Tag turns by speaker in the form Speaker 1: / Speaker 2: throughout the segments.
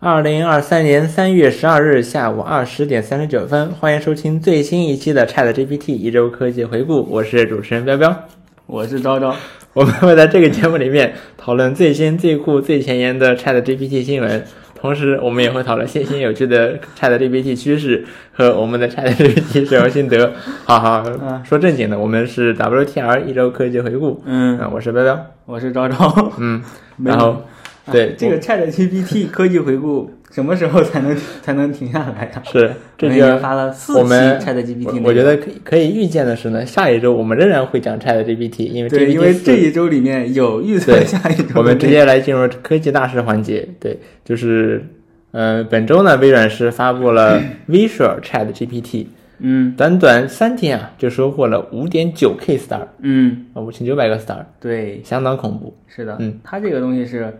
Speaker 1: 二零二三年三月十二日下午二十点三十九分，欢迎收听最新一期的 Chat GPT 一周科技回顾，我是主持人彪彪。
Speaker 2: 我是昭昭，
Speaker 1: 我们会在这个节目里面讨论最新、最酷、最前沿的 Chat GPT 新闻，同时我们也会讨论新兴有趣的 Chat GPT 趋势和我们的 Chat GPT 使用心得。好好
Speaker 2: 嗯
Speaker 1: 说正经的，我们是 WTR 一周科技回顾。
Speaker 2: 嗯，
Speaker 1: 啊，我是彪彪，
Speaker 2: 我是昭昭。
Speaker 1: 嗯，
Speaker 2: 没
Speaker 1: 然
Speaker 2: 有
Speaker 1: 后
Speaker 2: 哎
Speaker 1: 对
Speaker 2: 这个 Chat GPT 科技回顾什么时候才能 才能停下来啊呀、
Speaker 1: 是这
Speaker 2: 我们已经
Speaker 1: 个
Speaker 2: 发了四期
Speaker 1: 我们
Speaker 2: Chat GPT，
Speaker 1: 我我觉得可以可以预见的是呢，下一周我们仍然会讲 Chat GPT，因为
Speaker 2: 对，因为
Speaker 1: GPT
Speaker 2: 这一周里面有预测
Speaker 1: 对
Speaker 2: 下一周的内容，
Speaker 1: 我们直接来进入科技大师环节。对，就是，呃，本周呢，微软是发布 了 Visual Chat GPT，
Speaker 2: 嗯
Speaker 1: 短短三天啊，就收获了五点九 K star，呃
Speaker 2: 嗯，
Speaker 1: 五千九百个 star，
Speaker 2: 对，
Speaker 1: 相当恐怖。
Speaker 2: 是的，
Speaker 1: 嗯，
Speaker 2: 它这个东西是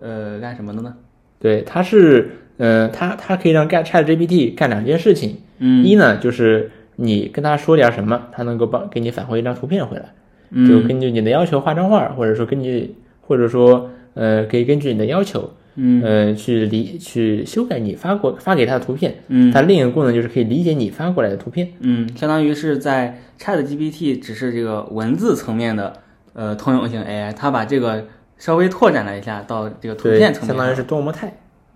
Speaker 2: 呃干什么的呢？
Speaker 1: 对，它是，呃，它它可以让干 Chat GPT 干两件事情，
Speaker 2: 嗯
Speaker 1: 一呢就是你跟他说点什么，它能够帮给你返回一张图片回来。就
Speaker 2: 嗯
Speaker 1: 根据你的要求画张画，或者说根据，或者说呃，可以根据你的要求，
Speaker 2: 嗯
Speaker 1: 呃，去理去修改你发过发给他的图片。
Speaker 2: 嗯
Speaker 1: 它另一个功能就是可以理解你发过来的图片。
Speaker 2: 嗯，相当于是在 Chat GPT 只是这个文字层面的呃通用性 AI，它把这个稍微拓展了一下到这个图
Speaker 1: 对，
Speaker 2: 片层面上，
Speaker 1: 相当于是嗯多模态。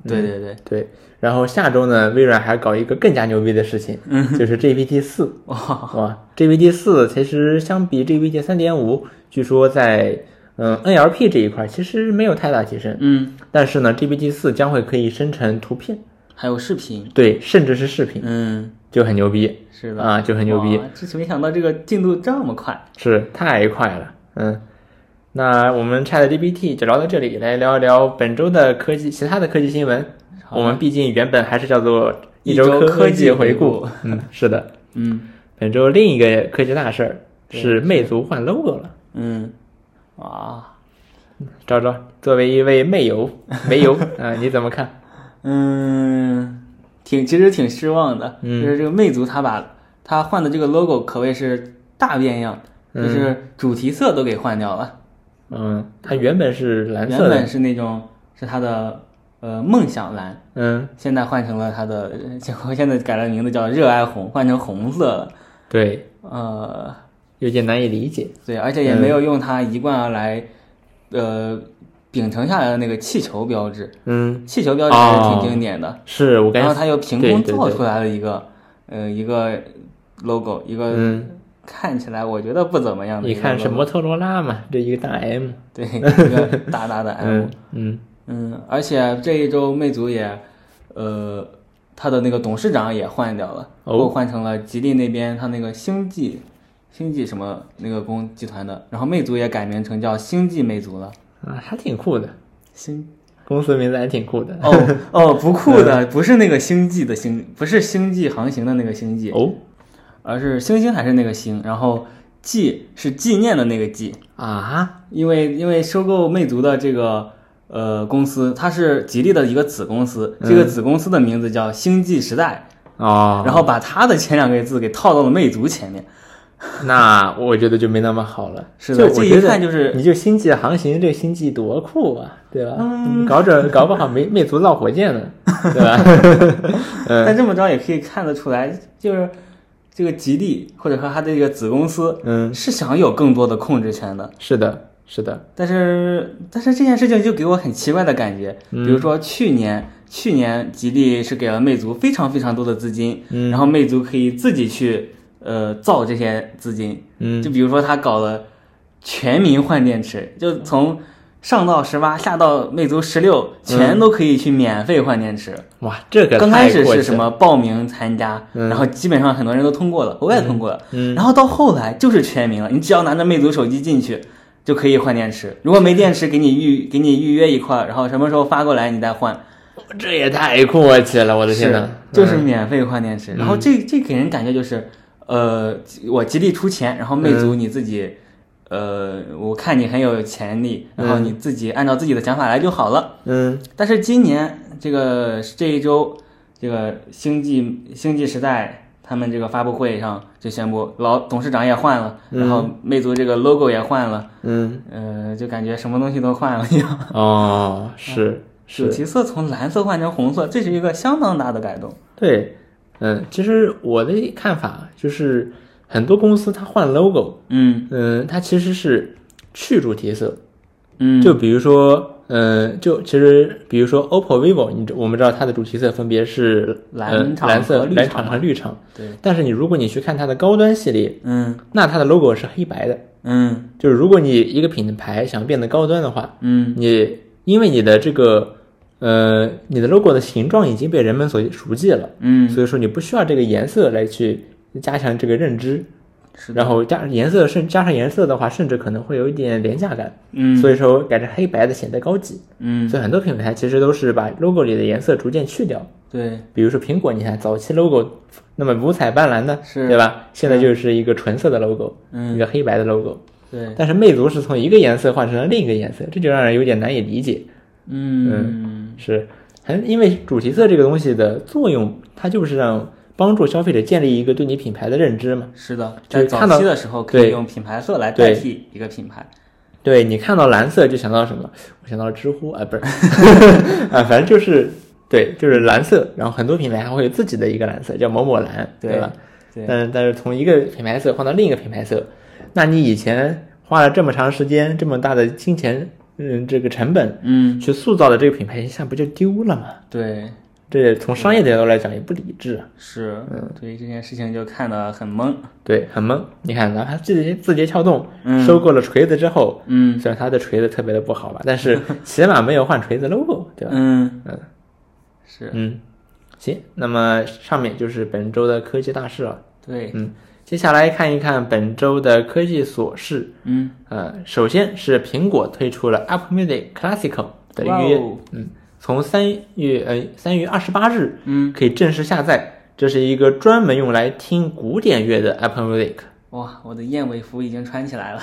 Speaker 2: 对对对，
Speaker 1: 对，然后下周呢，微软还搞一个更加牛逼的事情，
Speaker 2: 嗯
Speaker 1: 就是 GPT 四。
Speaker 2: 哇，
Speaker 1: 哇，GPT 四其实相比 GPT 三点五，据说在嗯、呃 NLP 这一块其实没有太大提升，
Speaker 2: 嗯，
Speaker 1: 但是呢，GPT 四将会可以生成图片，
Speaker 2: 还有视频，
Speaker 1: 对，甚至是视频，
Speaker 2: 嗯，
Speaker 1: 就很牛逼。
Speaker 2: 是的，
Speaker 1: 啊就很牛逼
Speaker 2: 哇，这没想到这个进度这么快，
Speaker 1: 是太快了，嗯。那我们 Chat GPT 就聊到这里，来聊一聊本周的科技，其他的科技新闻。
Speaker 2: 好
Speaker 1: 我们毕竟原本还是叫做
Speaker 2: 一
Speaker 1: 周
Speaker 2: 周科
Speaker 1: 技
Speaker 2: 技
Speaker 1: 回
Speaker 2: 回
Speaker 1: 顾
Speaker 2: 顾。
Speaker 1: 嗯，是的。
Speaker 2: 嗯
Speaker 1: 本周另一个科技大事儿
Speaker 2: 对
Speaker 1: 是魅族换 logo 了。
Speaker 2: 嗯，哇，
Speaker 1: 昭昭，作为一位魅 友，魅友啊，你怎么看？
Speaker 2: 嗯，挺其实挺失望的，
Speaker 1: 嗯
Speaker 2: 就是这个魅族它把它换的这个 logo 可谓是大变样，
Speaker 1: 嗯
Speaker 2: 就是主题色都给换掉了。
Speaker 1: 嗯，它原本是蓝
Speaker 2: 原
Speaker 1: 色
Speaker 2: 本
Speaker 1: 的，
Speaker 2: 是那种是他的呃梦想蓝，
Speaker 1: 嗯，
Speaker 2: 现在换成了他的，呃结果现在改了名字叫热爱红，换成红色了。
Speaker 1: 对，
Speaker 2: 呃，
Speaker 1: 有点难以理解。
Speaker 2: 对，而且也
Speaker 1: 嗯
Speaker 2: 没有用它一贯而来，呃，秉承下来的那个气球标志，
Speaker 1: 嗯，
Speaker 2: 气球标志还是
Speaker 1: 哦
Speaker 2: 挺经典的。
Speaker 1: 是我感
Speaker 2: 然后
Speaker 1: 觉，
Speaker 2: 它又凭
Speaker 1: 对
Speaker 2: 空
Speaker 1: 对
Speaker 2: 做
Speaker 1: 对
Speaker 2: 出来了一个，呃，一个 logo，一个
Speaker 1: 嗯，
Speaker 2: 看起来我觉得不怎么样的
Speaker 1: 你
Speaker 2: 一个 logo。
Speaker 1: 看是摩托罗拉嘛，这一个大 M，
Speaker 2: 对，一个大大的 M。
Speaker 1: 嗯嗯
Speaker 2: 嗯，而且这一周魅族也，呃，他的那个董事长也换掉了，
Speaker 1: 哦
Speaker 2: 又换成了吉利那边他那个星际，星际什么那个公集团的，然后魅族也改名成叫星际魅族了。
Speaker 1: 啊，还挺酷的，
Speaker 2: 星
Speaker 1: 公司名字还挺酷的。
Speaker 2: 哦哦，不酷的，不是那个星际的星，不是星际航行的那个星际，
Speaker 1: 哦
Speaker 2: 而是星星还是那个星，然后纪是纪念的那个纪，
Speaker 1: 啊，
Speaker 2: 因为因为收购魅族的这个呃公司，它是吉利的一个子公司，这个子公司的名字叫星际时代，
Speaker 1: 哦，
Speaker 2: 然后把它的前两个字给套到了魅族前面。
Speaker 1: 那我觉得就没那么好了。
Speaker 2: 是的，
Speaker 1: 就
Speaker 2: 这
Speaker 1: 我
Speaker 2: 一
Speaker 1: 觉得
Speaker 2: 看就是
Speaker 1: 你就星际航行这个星际多酷啊，对吧？
Speaker 2: 嗯
Speaker 1: 搞整搞不好 魅魅族造火箭呢，对 吧？
Speaker 2: 但这么着也可以看得出来，就是这个吉利或者说它的这个子公司
Speaker 1: 嗯，
Speaker 2: 是想有更多的控制权的。
Speaker 1: 是的，是的，
Speaker 2: 但是，但是这件事情就给我很奇怪的感觉。
Speaker 1: 嗯
Speaker 2: 比如说去年，去年吉利是给了魅族非常非常多的资金，
Speaker 1: 嗯
Speaker 2: 然后魅族可以自己去呃造这些资金。
Speaker 1: 嗯
Speaker 2: 就比如说他搞了全民换电池，就从上到十八，下到魅族十六，
Speaker 1: 嗯
Speaker 2: 全都可以去免费换电池。
Speaker 1: 哇，这个
Speaker 2: 刚开
Speaker 1: 太
Speaker 2: 始
Speaker 1: 过
Speaker 2: 是
Speaker 1: 去
Speaker 2: 什
Speaker 1: 了？
Speaker 2: 么报名参加，
Speaker 1: 嗯
Speaker 2: 然后基本上很多人都通过了，我也通过了。
Speaker 1: 嗯
Speaker 2: 然后到后来就是全民了，你只要拿着魅族手机进去就可以换电池，如果没电池给你预给你预约一块儿，然后什么时候发过来你再换。
Speaker 1: 这也太过去了，我的天嗯
Speaker 2: 是
Speaker 1: 呐，
Speaker 2: 就是免费换电池。然后这这给人感觉就是，呃，我吉利出钱，然后魅族你自己，呃，我看你很有潜力，然后你自己按照自己的想法来就好了。
Speaker 1: 嗯
Speaker 2: 但是今年这个这一周，这个星际星际时代他们这个发布会上就宣布，老董事长也换了，然后魅族这个 logo 也换了，
Speaker 1: 嗯，
Speaker 2: 呃，就感觉什么东西都换了一样。
Speaker 1: 哦，是
Speaker 2: 主
Speaker 1: 是
Speaker 2: 题色从蓝色换成红色，这是一个相当大的改动。
Speaker 1: 对，嗯，其实我的看法就是，很多公司它换 logo，
Speaker 2: 嗯
Speaker 1: 嗯，它其实是去主题色，
Speaker 2: 嗯，
Speaker 1: 就比如说，嗯，就其实比如说 OPPO、vivo，你知我们知道它的主题色分别是
Speaker 2: 蓝
Speaker 1: 呃
Speaker 2: 场
Speaker 1: 蓝
Speaker 2: 和
Speaker 1: 色、
Speaker 2: 绿
Speaker 1: 蓝
Speaker 2: 场
Speaker 1: 场
Speaker 2: 嘛
Speaker 1: 和绿啊场。
Speaker 2: 对，
Speaker 1: 但是你如果你去看它的高端系列，
Speaker 2: 嗯
Speaker 1: 那它的 logo 是黑白的。
Speaker 2: 嗯
Speaker 1: 就是如果你一个品牌想变得高端的话，
Speaker 2: 嗯
Speaker 1: 你因为你的这个呃你的 logo 的形状已经被人们所熟记了，
Speaker 2: 嗯，
Speaker 1: 所以说你不需要这个颜色来去加强这个认知。
Speaker 2: 是的，
Speaker 1: 然后加颜色甚加上颜色的话，甚至可能会有一点廉价感。
Speaker 2: 嗯
Speaker 1: 所以说改成黑白的显得高级。
Speaker 2: 嗯
Speaker 1: 所以很多品牌其实都是把 logo 里的颜色逐渐去掉。
Speaker 2: 对，
Speaker 1: 比如说苹果，你看早期 logo 那么五彩斑斓的，
Speaker 2: 是
Speaker 1: 对吧？现在就是一个纯色的 logo，、一
Speaker 2: 嗯
Speaker 1: 个黑白的 logo。
Speaker 2: 对，
Speaker 1: 但是魅族是从一个颜色换成了另一个颜色，这就让人有点难以理解。
Speaker 2: 嗯
Speaker 1: 是，很因为主题色这个东西的作用，它就是让帮助消费者建立一个对你品牌的认知嘛。
Speaker 2: 是的，
Speaker 1: 就
Speaker 2: 在
Speaker 1: 是
Speaker 2: 早
Speaker 1: 看到
Speaker 2: 期的时候可以
Speaker 1: 对
Speaker 2: 用品牌色来代
Speaker 1: 对
Speaker 2: 替一个品牌。
Speaker 1: 对你看到蓝色就想到什么？我想到了知乎啊，不 是啊，反正就是对，就是蓝色。然后很多品牌还会有自己的一个蓝色，叫某某蓝，
Speaker 2: 对
Speaker 1: 吧？
Speaker 2: 对
Speaker 1: 但是但是从一个品牌色换到另一个品牌色，那你以前花了这么长时间、这么大的金钱，嗯，这个成本
Speaker 2: 嗯，
Speaker 1: 去塑造的这个品牌形象，不就丢了吗？
Speaker 2: 对，
Speaker 1: 这从商业角度来讲也不理智啊。
Speaker 2: 是，对于这件事情就看得很懵。
Speaker 1: 对，很懵。你看，哪怕字节字节跳动
Speaker 2: 嗯
Speaker 1: 收购了锤子之后，
Speaker 2: 嗯
Speaker 1: 虽然它的锤子特别的不好吧，但是 起码没有换锤子 logo，对吧？
Speaker 2: 嗯
Speaker 1: 嗯
Speaker 2: 是
Speaker 1: 嗯，行，那么上面就是本周的科技大事了。
Speaker 2: 对，
Speaker 1: 嗯，接下来看一看本周的科技琐事。
Speaker 2: 嗯
Speaker 1: 呃，首先是苹果推出了 Apple Music Classical 的
Speaker 2: 哇
Speaker 1: 预约，
Speaker 2: 哦
Speaker 1: 嗯，从三月呃三月二十八日
Speaker 2: 嗯，
Speaker 1: 可以正式下载。这是一个专门用来听古典乐的 Apple Music。
Speaker 2: 哇，我的燕尾服已经穿起来了。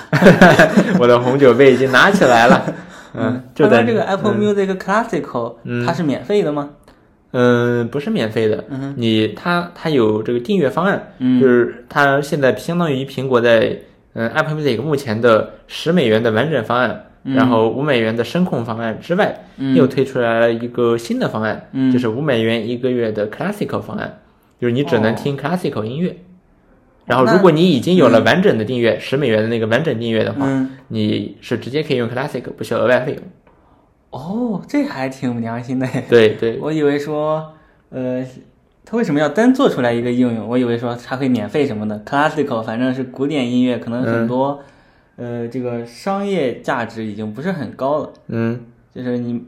Speaker 1: 我的红酒杯已经拿起来了， 嗯，就
Speaker 2: 他
Speaker 1: 在
Speaker 2: 说这个 Apple
Speaker 1: 嗯
Speaker 2: Music Classical，、它是免费的吗？
Speaker 1: 嗯，不是免费的，
Speaker 2: 嗯
Speaker 1: 你它它有这个订阅方案，
Speaker 2: 嗯
Speaker 1: 就是它现在相当于苹果在嗯 Apple Music 目前的十美元的完整方案，
Speaker 2: 嗯
Speaker 1: 然后五美元的声控方案之外，
Speaker 2: 嗯
Speaker 1: 又推出来了一个新的方案，
Speaker 2: 嗯
Speaker 1: 就是五美元一个月的 Classical 方案，就是你只
Speaker 2: 哦
Speaker 1: 能听 Classical 音乐。然后，
Speaker 2: 那
Speaker 1: 如果你已经有了完整的订阅，十、美元的那个完整订阅的话，
Speaker 2: 嗯
Speaker 1: 你是直接可以用 Classic，不需要额外费用。
Speaker 2: 哦，这还挺良心的。
Speaker 1: 对对，
Speaker 2: 我以为说，呃，它为什么要单做出来一个应用？我以为说它会免费什么的。Classical 反正是古典音乐，可能
Speaker 1: 嗯
Speaker 2: 很多，呃，这个商业价值已经不是很高了。
Speaker 1: 嗯，
Speaker 2: 就是你，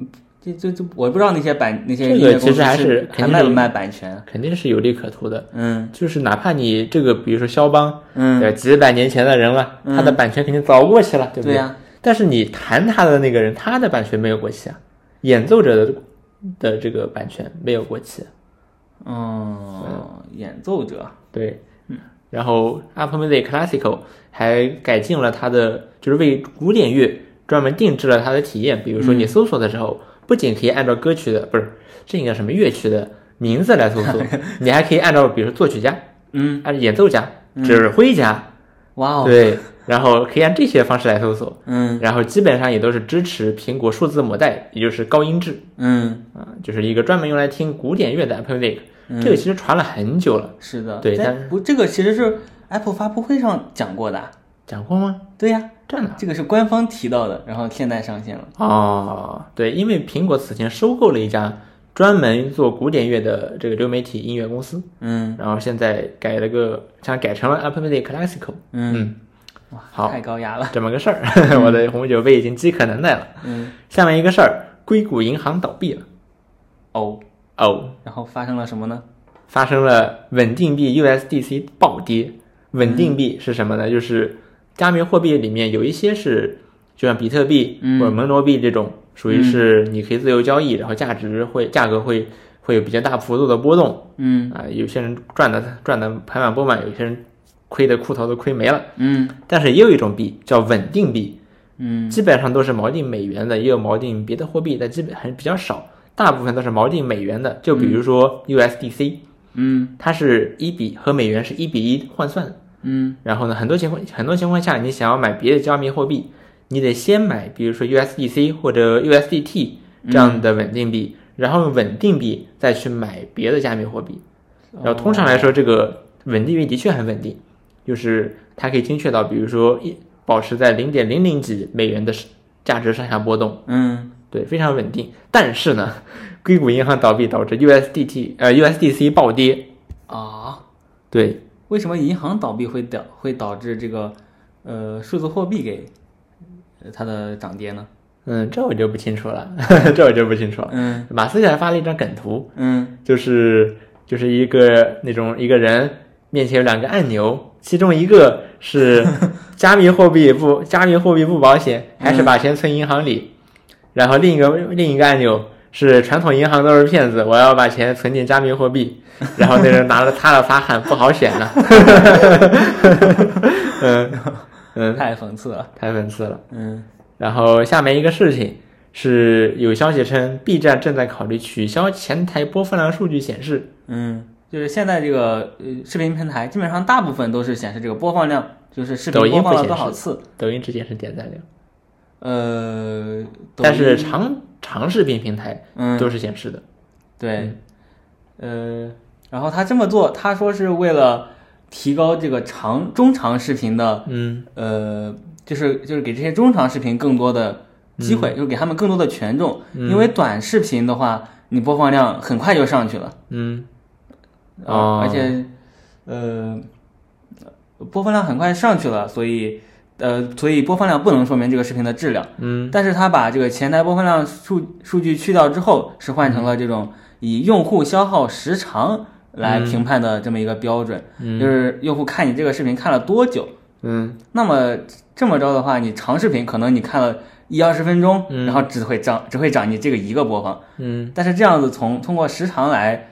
Speaker 2: 这这这，我不知道那些版那些
Speaker 1: 这
Speaker 2: 音
Speaker 1: 个
Speaker 2: 乐公
Speaker 1: 其实
Speaker 2: 司
Speaker 1: 还
Speaker 2: 是
Speaker 1: 是
Speaker 2: 还
Speaker 1: 肯定
Speaker 2: 卖不
Speaker 1: 是
Speaker 2: 卖版权？
Speaker 1: 肯定是有利可图的。
Speaker 2: 嗯
Speaker 1: 就是哪怕你这个，比如说肖邦，
Speaker 2: 嗯，
Speaker 1: 对，几百年前的人了，
Speaker 2: 嗯
Speaker 1: 他的版权肯定早过期了，对不
Speaker 2: 对呀
Speaker 1: 但是你弹他的那个人，他的版权没有过期啊，演奏者的的这个版权没有过期。
Speaker 2: 哦，演奏者，
Speaker 1: 对，
Speaker 2: 嗯
Speaker 1: 然后 Apple Music Classical 还改进了它的，就是为古典乐专门定制了它的体验。比如说你
Speaker 2: 嗯
Speaker 1: 搜索的时候，不仅可以按照歌曲的，不是这应该什么乐曲的名字来搜 索，你还可以按照比如说作曲家、
Speaker 2: 嗯，
Speaker 1: 按演奏家、指挥家，
Speaker 2: 哇哦，
Speaker 1: 对，然后可以按这些方式来搜索。
Speaker 2: 嗯
Speaker 1: 然后基本上也都是支持苹果数字母带，也就是高音质
Speaker 2: 嗯，
Speaker 1: 啊、就是一个专门用来听古典乐的 Apple Music。这个其实传了很久了，
Speaker 2: 是的，
Speaker 1: 对
Speaker 2: 在
Speaker 1: 但是
Speaker 2: 不，这个其实是 Apple 发布会上讲过的啊，
Speaker 1: 讲过吗？
Speaker 2: 对呀，
Speaker 1: 这样的啊
Speaker 2: 这个是官方提到的，然后现在上线了。
Speaker 1: 哦，对，因为苹果此前收购了一家专门做古典乐的这个流媒体音乐公司，
Speaker 2: 嗯
Speaker 1: 然后现在改了个，像改成了 Apple Music Classical，
Speaker 2: 嗯，啊哇，
Speaker 1: 好
Speaker 2: 太高压了。
Speaker 1: 这么个事儿。 我的红酒杯已经饥渴难耐了。
Speaker 2: 嗯，
Speaker 1: 下面一个事儿，硅谷银行倒闭了。
Speaker 2: 哦，
Speaker 1: 哦，
Speaker 2: 然后发生了什么呢？
Speaker 1: 发生了稳定币 USDC 暴跌。稳定
Speaker 2: 嗯
Speaker 1: 币是什么呢？就是加密货币里面有一些是，就像比特币
Speaker 2: 嗯
Speaker 1: 或者蒙罗币这种，属于是你可以自由交易，然后价值会价格会会有比较大幅度的波动
Speaker 2: 嗯
Speaker 1: 啊、有些人赚的赚的盆满钵满，有些人亏的裤头都亏没了。
Speaker 2: 嗯
Speaker 1: 但是也有一种币叫稳定币，
Speaker 2: 嗯
Speaker 1: 基本上都是锚定美元的，也有锚定别的货币，但基本还比较少，大部分都是锚定美元的。就比如说 USDC，、
Speaker 2: 嗯
Speaker 1: 它是一比和美元是一比一换算的。
Speaker 2: 嗯
Speaker 1: 然后呢，很多情况很多情况下，你想要买别的加密货币，你得先买，比如说 USDC 或者 USDT，这样的稳定币，然后用稳定币再去买别的加密货币。
Speaker 2: 哦
Speaker 1: 然后通常来说，这个稳定币的确很稳定，就是它可以精确到，比如说一保持在零点零零几美元的价值上下波动，
Speaker 2: 嗯，
Speaker 1: 对，非常稳定。但是呢，硅谷银行倒闭导致 USDT 呃 USDC 暴跌，
Speaker 2: 啊，
Speaker 1: 对，
Speaker 2: 为什么银行倒闭会导会导致这个呃数字货币给呃它的涨跌呢？
Speaker 1: 嗯，这我就不清楚了， 这我就不清楚了。
Speaker 2: 嗯
Speaker 1: 马斯克还发了一张梗图，
Speaker 2: 嗯
Speaker 1: 就是就是一个那种一个人面前有两个按钮，其中一个是加密货币不加密货币不保险，还是把钱存银行里，然后另一个另一个按钮。是传统银行都是骗子，我要把钱存进加密货币。然后那人拿着擦了擦汗，不好选了。嗯嗯，
Speaker 2: 太讽刺了。
Speaker 1: 太讽刺了。
Speaker 2: 嗯
Speaker 1: 然后下面一个事情是有消息称，B 站正在考虑取消前台播放量数据显示，
Speaker 2: 嗯，就是现在这个呃视频平台基本上大部分都是显示这个播放量，就是视频
Speaker 1: 抖音不
Speaker 2: 播放了
Speaker 1: 显
Speaker 2: 多少
Speaker 1: 示
Speaker 2: 次。
Speaker 1: 抖音之前是点赞量，
Speaker 2: 呃，抖
Speaker 1: 但是
Speaker 2: 音
Speaker 1: 长长视频平台
Speaker 2: 嗯
Speaker 1: 都是显示的。
Speaker 2: 对，呃，然后他这么做，他说是为了提高这个长中长视频的
Speaker 1: 嗯
Speaker 2: 呃，就是就是给这些中长视频更多的机
Speaker 1: 嗯
Speaker 2: 会，就是给他们更多的权重，因为短视频的话，你播放量很快就上去了，
Speaker 1: 嗯
Speaker 2: 呃
Speaker 1: 哦
Speaker 2: 而且呃，播放量很快上去了，所以呃，所以播放量不能说明这个视频的质量，
Speaker 1: 嗯
Speaker 2: 但是他把这个前台播放量数数据去掉之后，是换成了这种以用户消耗时长来评判的这么一个标准，
Speaker 1: 嗯
Speaker 2: 就是用户看你这个视频看了多久。
Speaker 1: 嗯
Speaker 2: 那么这么着的话，你长视频可能你看了一二十分钟，
Speaker 1: 嗯
Speaker 2: 然后只会涨，只会涨你这个一个播放。
Speaker 1: 嗯
Speaker 2: 但是这样子从通过时长来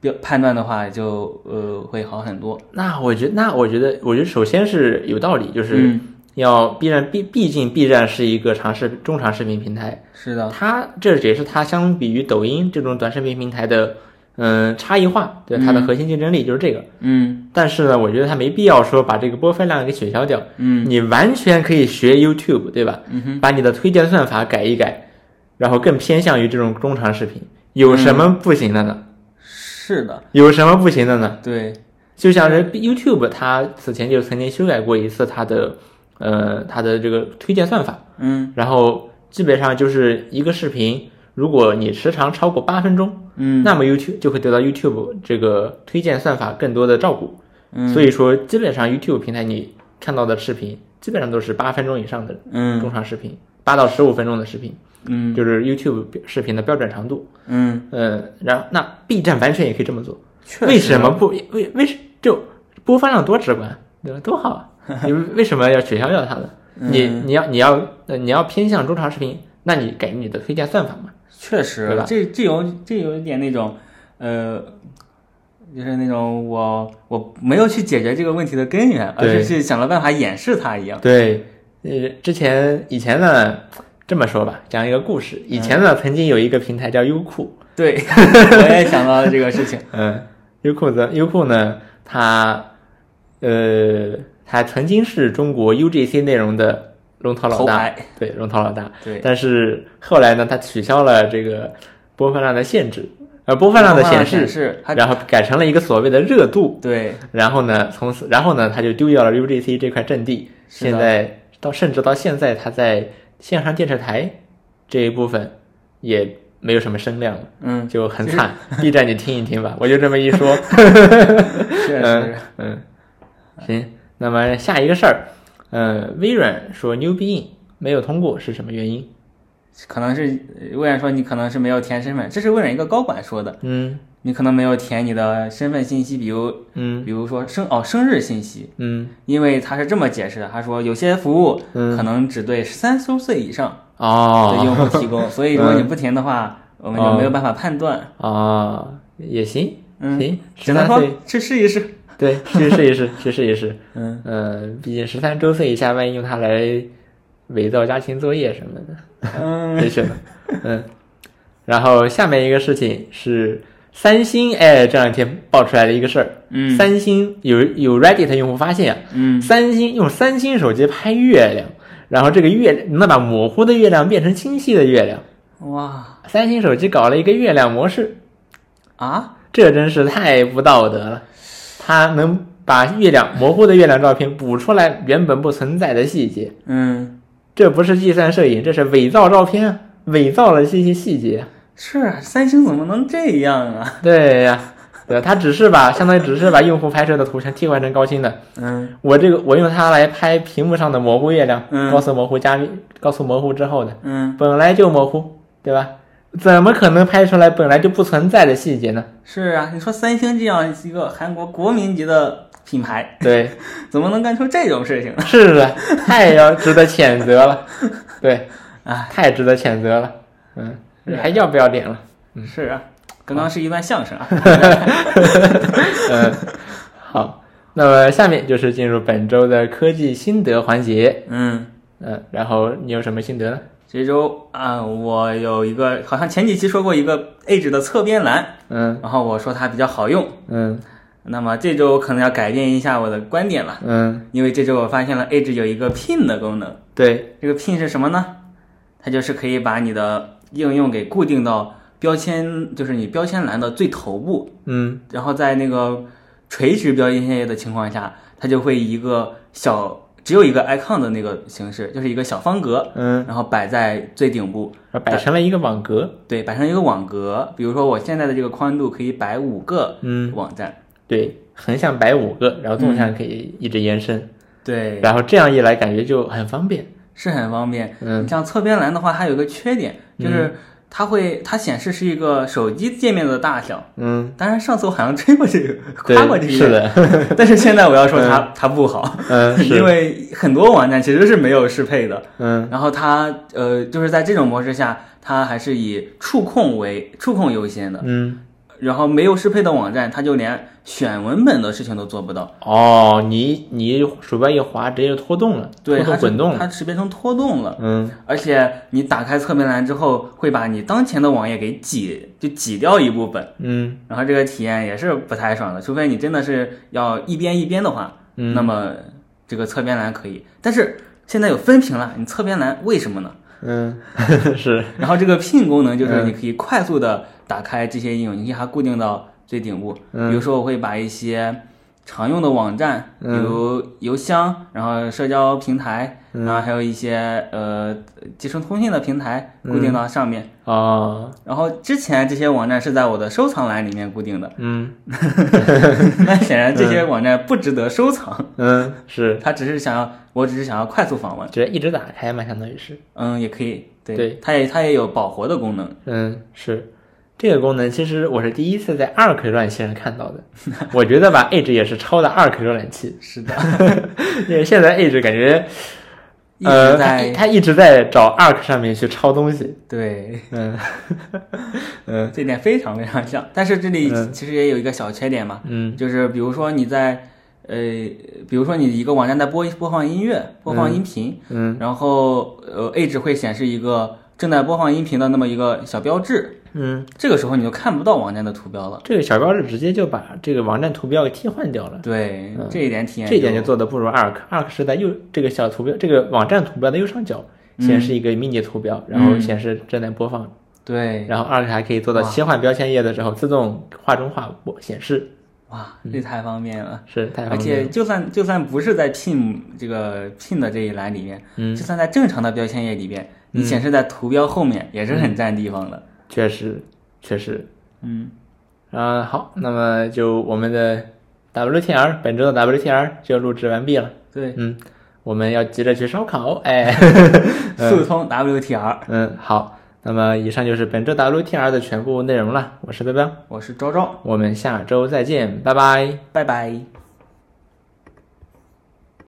Speaker 2: 标判断的话，就呃会好很多。
Speaker 1: 那我觉得，那我觉得，我觉得首先是有道理，就是
Speaker 2: 嗯，
Speaker 1: 要 B 站，毕毕竟 B 站是一个长视中长视频平台，
Speaker 2: 是的，
Speaker 1: 它这也是它相比于抖音这种短视频平台的嗯差异化，对它的
Speaker 2: 嗯
Speaker 1: 核心竞争力就是这个。
Speaker 2: 嗯
Speaker 1: 但是呢，我觉得它没必要说把这个播放量给取消掉，
Speaker 2: 嗯
Speaker 1: 你完全可以学 YouTube，对吧？
Speaker 2: 嗯哼，
Speaker 1: 把你的推荐算法改一改，然后更偏向于这种中长视频，有什么不行的呢？
Speaker 2: 是的，
Speaker 1: 有什么不行的呢？
Speaker 2: 对，
Speaker 1: 就像是 YouTube，它此前就曾经修改过一次它的，呃，它的这个推荐算法，
Speaker 2: 嗯
Speaker 1: 然后基本上就是一个视频，如果你时长超过八分钟，
Speaker 2: 嗯，
Speaker 1: 那么 YouTube 就会得到 YouTube 这个推荐算法更多的照顾。
Speaker 2: 嗯
Speaker 1: 所以说，基本上 YouTube 平台你看到的视频，基本上都是八分钟以上的
Speaker 2: 嗯
Speaker 1: 中长视频，八到十五分钟的视频，
Speaker 2: 嗯
Speaker 1: 就是 YouTube 视频的标准长度。
Speaker 2: 嗯，
Speaker 1: 嗯，然后那 B 站完全也可以这么做，
Speaker 2: 确实啊
Speaker 1: 为什么不为为什就播放量多直观，对吧？多好 啊！你为什么要取消掉它呢？你
Speaker 2: 嗯
Speaker 1: 你要你要呃你要偏向中长视频，那你改你的推荐算法嘛？
Speaker 2: 确
Speaker 1: 对
Speaker 2: 实
Speaker 1: 吧，
Speaker 2: 这这有这有一点那种，呃，就是那种我我没有去解决这个问题的根源，而
Speaker 1: 对
Speaker 2: 是去想了办法掩饰它一样。
Speaker 1: 对，呃，之前以前呢，这么说吧，讲一个故事。以前呢，曾经有一个平台叫优酷，
Speaker 2: 对， 我也想到了这个事情。
Speaker 1: 嗯，优酷的优酷呢，它呃，它曾经是中国 UGC 内容的龙头老
Speaker 2: 头
Speaker 1: 大
Speaker 2: 牌，
Speaker 1: 对，龙头老大。
Speaker 2: 对，
Speaker 1: 但是后来呢，它取消了这个播放量的限制，呃，播放量的显
Speaker 2: 示
Speaker 1: 示，
Speaker 2: 是它，
Speaker 1: 然后改成了一个所谓的热度，
Speaker 2: 对，
Speaker 1: 然后呢，从此然后呢，它就丢掉了 UGC 这块阵地，
Speaker 2: 是的
Speaker 1: 现在到甚至到现在，它在线上电视台这一部分也没有什么声量了。
Speaker 2: 嗯，
Speaker 1: 就很惨，B 站你听一听吧，我就这么一说，
Speaker 2: 确
Speaker 1: 嗯
Speaker 2: 实，
Speaker 1: 嗯，行，那么下一个事儿，嗯，微软说 New Bing 没有通过是什么原因？
Speaker 2: 可能是呃微软说你可能是没有填身份，这是微软一个高管说的，
Speaker 1: 嗯
Speaker 2: 你可能没有填你的身份信息，比如
Speaker 1: 嗯
Speaker 2: 比如说生哦生日信息，
Speaker 1: 嗯，
Speaker 2: 因为他是这么解释的，他说有些服务
Speaker 1: 嗯
Speaker 2: 可能只对三周岁以上
Speaker 1: 哦，
Speaker 2: 的用户提供， 所以如果你不填的话，我们就没有办法判断。
Speaker 1: 啊，也行，
Speaker 2: 嗯
Speaker 1: 行，
Speaker 2: 只
Speaker 1: 十
Speaker 2: 能
Speaker 1: 三
Speaker 2: 说
Speaker 1: 岁，
Speaker 2: 去试一试。
Speaker 1: 对，去试一试，去试一试。
Speaker 2: 嗯，
Speaker 1: 嗯，毕竟十三周岁以下，万一用它来伪造家庭作业什么
Speaker 2: 嗯
Speaker 1: 的，真是的。嗯，然后下面一个事情是三星，哎，这两天爆出来的一个事儿。
Speaker 2: 嗯
Speaker 1: 三星有有 Reddit 用户发现啊，
Speaker 2: 嗯，
Speaker 1: 三星用三星手机拍月亮，然后这个月能把模糊的月亮变成清晰的月亮。
Speaker 2: 哇
Speaker 1: 三星手机搞了一个月亮模式，
Speaker 2: 啊！
Speaker 1: 这真是太不道德了。它能把月亮模糊的月亮照片补出来原本不存在的细节，
Speaker 2: 嗯，
Speaker 1: 这不是计算摄影，这是伪造照片啊，伪造了这些细节啊。
Speaker 2: 是啊，三星怎么能这样啊？
Speaker 1: 对呀、对，它只是把相当于只是把用户拍摄的图像替换成高清的。
Speaker 2: 嗯
Speaker 1: 我这个我用它来拍屏幕上的模糊月亮，
Speaker 2: 嗯
Speaker 1: 高速模糊加高速模糊之后的，
Speaker 2: 嗯，
Speaker 1: 本来就模糊，对吧？怎么可能拍出来本来就不存在的细节呢？
Speaker 2: 是啊，你说三星这样一个韩国国民级的品牌，
Speaker 1: 对，
Speaker 2: 怎么能干出这种事情呢？
Speaker 1: 是的，太要值得谴责了，对，啊
Speaker 2: 哎，
Speaker 1: 太值得谴责了，嗯，你
Speaker 2: 啊
Speaker 1: 还要不要脸了？
Speaker 2: 是啊，刚刚是一段相声啊。
Speaker 1: 嗯，好，那么下面就是进入本周的科技心得环节，
Speaker 2: 嗯，
Speaker 1: 嗯，然后你有什么心得呢？
Speaker 2: 这周啊、我有一个，好像前几期说过一个 Edge 的侧边栏，
Speaker 1: 嗯
Speaker 2: 然后我说它比较好用。
Speaker 1: 嗯
Speaker 2: 那么这周可能要改变一下我的观点了，
Speaker 1: 嗯，
Speaker 2: 因为这周我发现了 Edge 有一个 Pin 的功能。
Speaker 1: 对，
Speaker 2: 这个 Pin 是什么呢？它就是可以把你的应用给固定到标签，就是你标签栏的最头部，
Speaker 1: 嗯
Speaker 2: 然后在那个垂直标签页的情况下，它就会以一个小只有一个 icon 的那个形式，就是一个小方格，
Speaker 1: 嗯，
Speaker 2: 然后摆在最顶部，
Speaker 1: 摆成了一个网格，
Speaker 2: 对，摆成一个网格。比如说我现在的这个宽度可以摆五个
Speaker 1: 嗯，
Speaker 2: 网站，
Speaker 1: 对，横向摆五个，然后纵
Speaker 2: 嗯
Speaker 1: 向可以一直延伸，
Speaker 2: 对，
Speaker 1: 然后这样一来感觉就很方便，
Speaker 2: 是很方便。
Speaker 1: 嗯
Speaker 2: 你像侧边栏的话，它有一个缺点，就是它会它显示是一个手机界面的大小。
Speaker 1: 嗯，
Speaker 2: 当然，上次我好像吹过这个，
Speaker 1: 对
Speaker 2: 夸过这，个，
Speaker 1: 是，的，
Speaker 2: 但是现在我要说它、它不好，
Speaker 1: 嗯，
Speaker 2: 因
Speaker 1: 是，
Speaker 2: 为很多网站其实是没有适配的，
Speaker 1: 嗯
Speaker 2: 然后它呃，就是在这种模式下，它还是以触控为触控优先的。
Speaker 1: 嗯，
Speaker 2: 然后没有适配的网站，它就连选文本的事情都做不到，
Speaker 1: 哦，你你鼠标一滑，直接就拖动了，
Speaker 2: 对，
Speaker 1: 拖
Speaker 2: 它
Speaker 1: 动
Speaker 2: 是
Speaker 1: 滚动了，
Speaker 2: 它识别成拖动了。
Speaker 1: 嗯，
Speaker 2: 而且你打开侧面栏之后，会把你当前的网页给挤，就挤掉一部分，
Speaker 1: 嗯
Speaker 2: 然后这个体验也是不太爽的。除非你真的是要一边一边的话，
Speaker 1: 嗯
Speaker 2: 那么这个侧边栏可以。但是现在有分屏了，你侧边栏为什 么呢？
Speaker 1: 嗯，是，
Speaker 2: 然后这个 Pin 功能就是
Speaker 1: 嗯
Speaker 2: 你可以快速的打开这些应用，你可以把它固定到最顶部。
Speaker 1: 嗯
Speaker 2: 比如说，我会把一些常用的网站，比
Speaker 1: 嗯
Speaker 2: 如邮箱，然后社交平台，
Speaker 1: 嗯
Speaker 2: 然后还有一些呃集成通信的平台
Speaker 1: 嗯
Speaker 2: 固定到上面。
Speaker 1: 哦，
Speaker 2: 然后之前这些网站是在我的收藏栏里面固定的，
Speaker 1: 嗯
Speaker 2: 那显然这些网站不值得收藏，
Speaker 1: 嗯，是，
Speaker 2: 它只是想要，我只是想要快速访问。
Speaker 1: 直接一直打开嘛，相当于是，
Speaker 2: 嗯，也可以，对，
Speaker 1: 对
Speaker 2: 它也它也有保活的功能。
Speaker 1: 嗯，是。这个功能其实我是第一次在 Arc 浏览器上看到的， 我觉得吧，Edge 也是抄的 Arc 浏览 器，
Speaker 2: 是 的，
Speaker 1: 因为现在 Edge 感觉
Speaker 2: 一
Speaker 1: 呃，
Speaker 2: 直
Speaker 1: 他
Speaker 2: 在、
Speaker 1: 他一直在找 Arc 上面去抄东西。
Speaker 2: 对。
Speaker 1: 嗯 嗯
Speaker 2: 这点非常非常像。但是这里
Speaker 1: 嗯
Speaker 2: 其实也有一个小缺点嘛，
Speaker 1: 嗯
Speaker 2: 就是比如说你在呃，比如说你一个网站在播播放音乐、播放音频，
Speaker 1: 嗯
Speaker 2: 然后呃，Edge 会显示一个正在播放音频的那么一个小标志，
Speaker 1: 嗯，
Speaker 2: 这个时候你就看不到网站的图标了。
Speaker 1: 这个小标志直接就把这个网站图标给替换掉了，
Speaker 2: 对，
Speaker 1: 嗯
Speaker 2: 这一点体验
Speaker 1: 这一点就做的不如 Arc。Arc 是在右这个小图标，这个网站图标的右上角显示一个 mini 图标，然后
Speaker 2: 嗯
Speaker 1: 显示正在播放。
Speaker 2: 对，
Speaker 1: 然后 Arc 还可以做到
Speaker 2: 哇
Speaker 1: 切换标签页的时候自动画中画播显示，
Speaker 2: 哇，这太方便了。
Speaker 1: 是太
Speaker 2: 而
Speaker 1: 方便
Speaker 2: 且
Speaker 1: 了。
Speaker 2: 就算就算不是在 Pin 这个 Pin 的这一栏里面，
Speaker 1: 嗯
Speaker 2: 就算在正常的标签页里边，你显示在图标后面也是
Speaker 1: 嗯
Speaker 2: 很占地方的。
Speaker 1: 确实确实。
Speaker 2: 嗯
Speaker 1: 啊、好，那么就我们的 WTR 本周的 WTR 就录制完毕了。
Speaker 2: 对，
Speaker 1: 嗯，我们要急着去烧烤，哎，
Speaker 2: 速通 WTR，
Speaker 1: 嗯，好，那么以上就是本周 WTR 的全部内容了。我是彪彪，
Speaker 2: 我是昭昭，
Speaker 1: 我们下周再见，拜拜。
Speaker 2: 拜拜。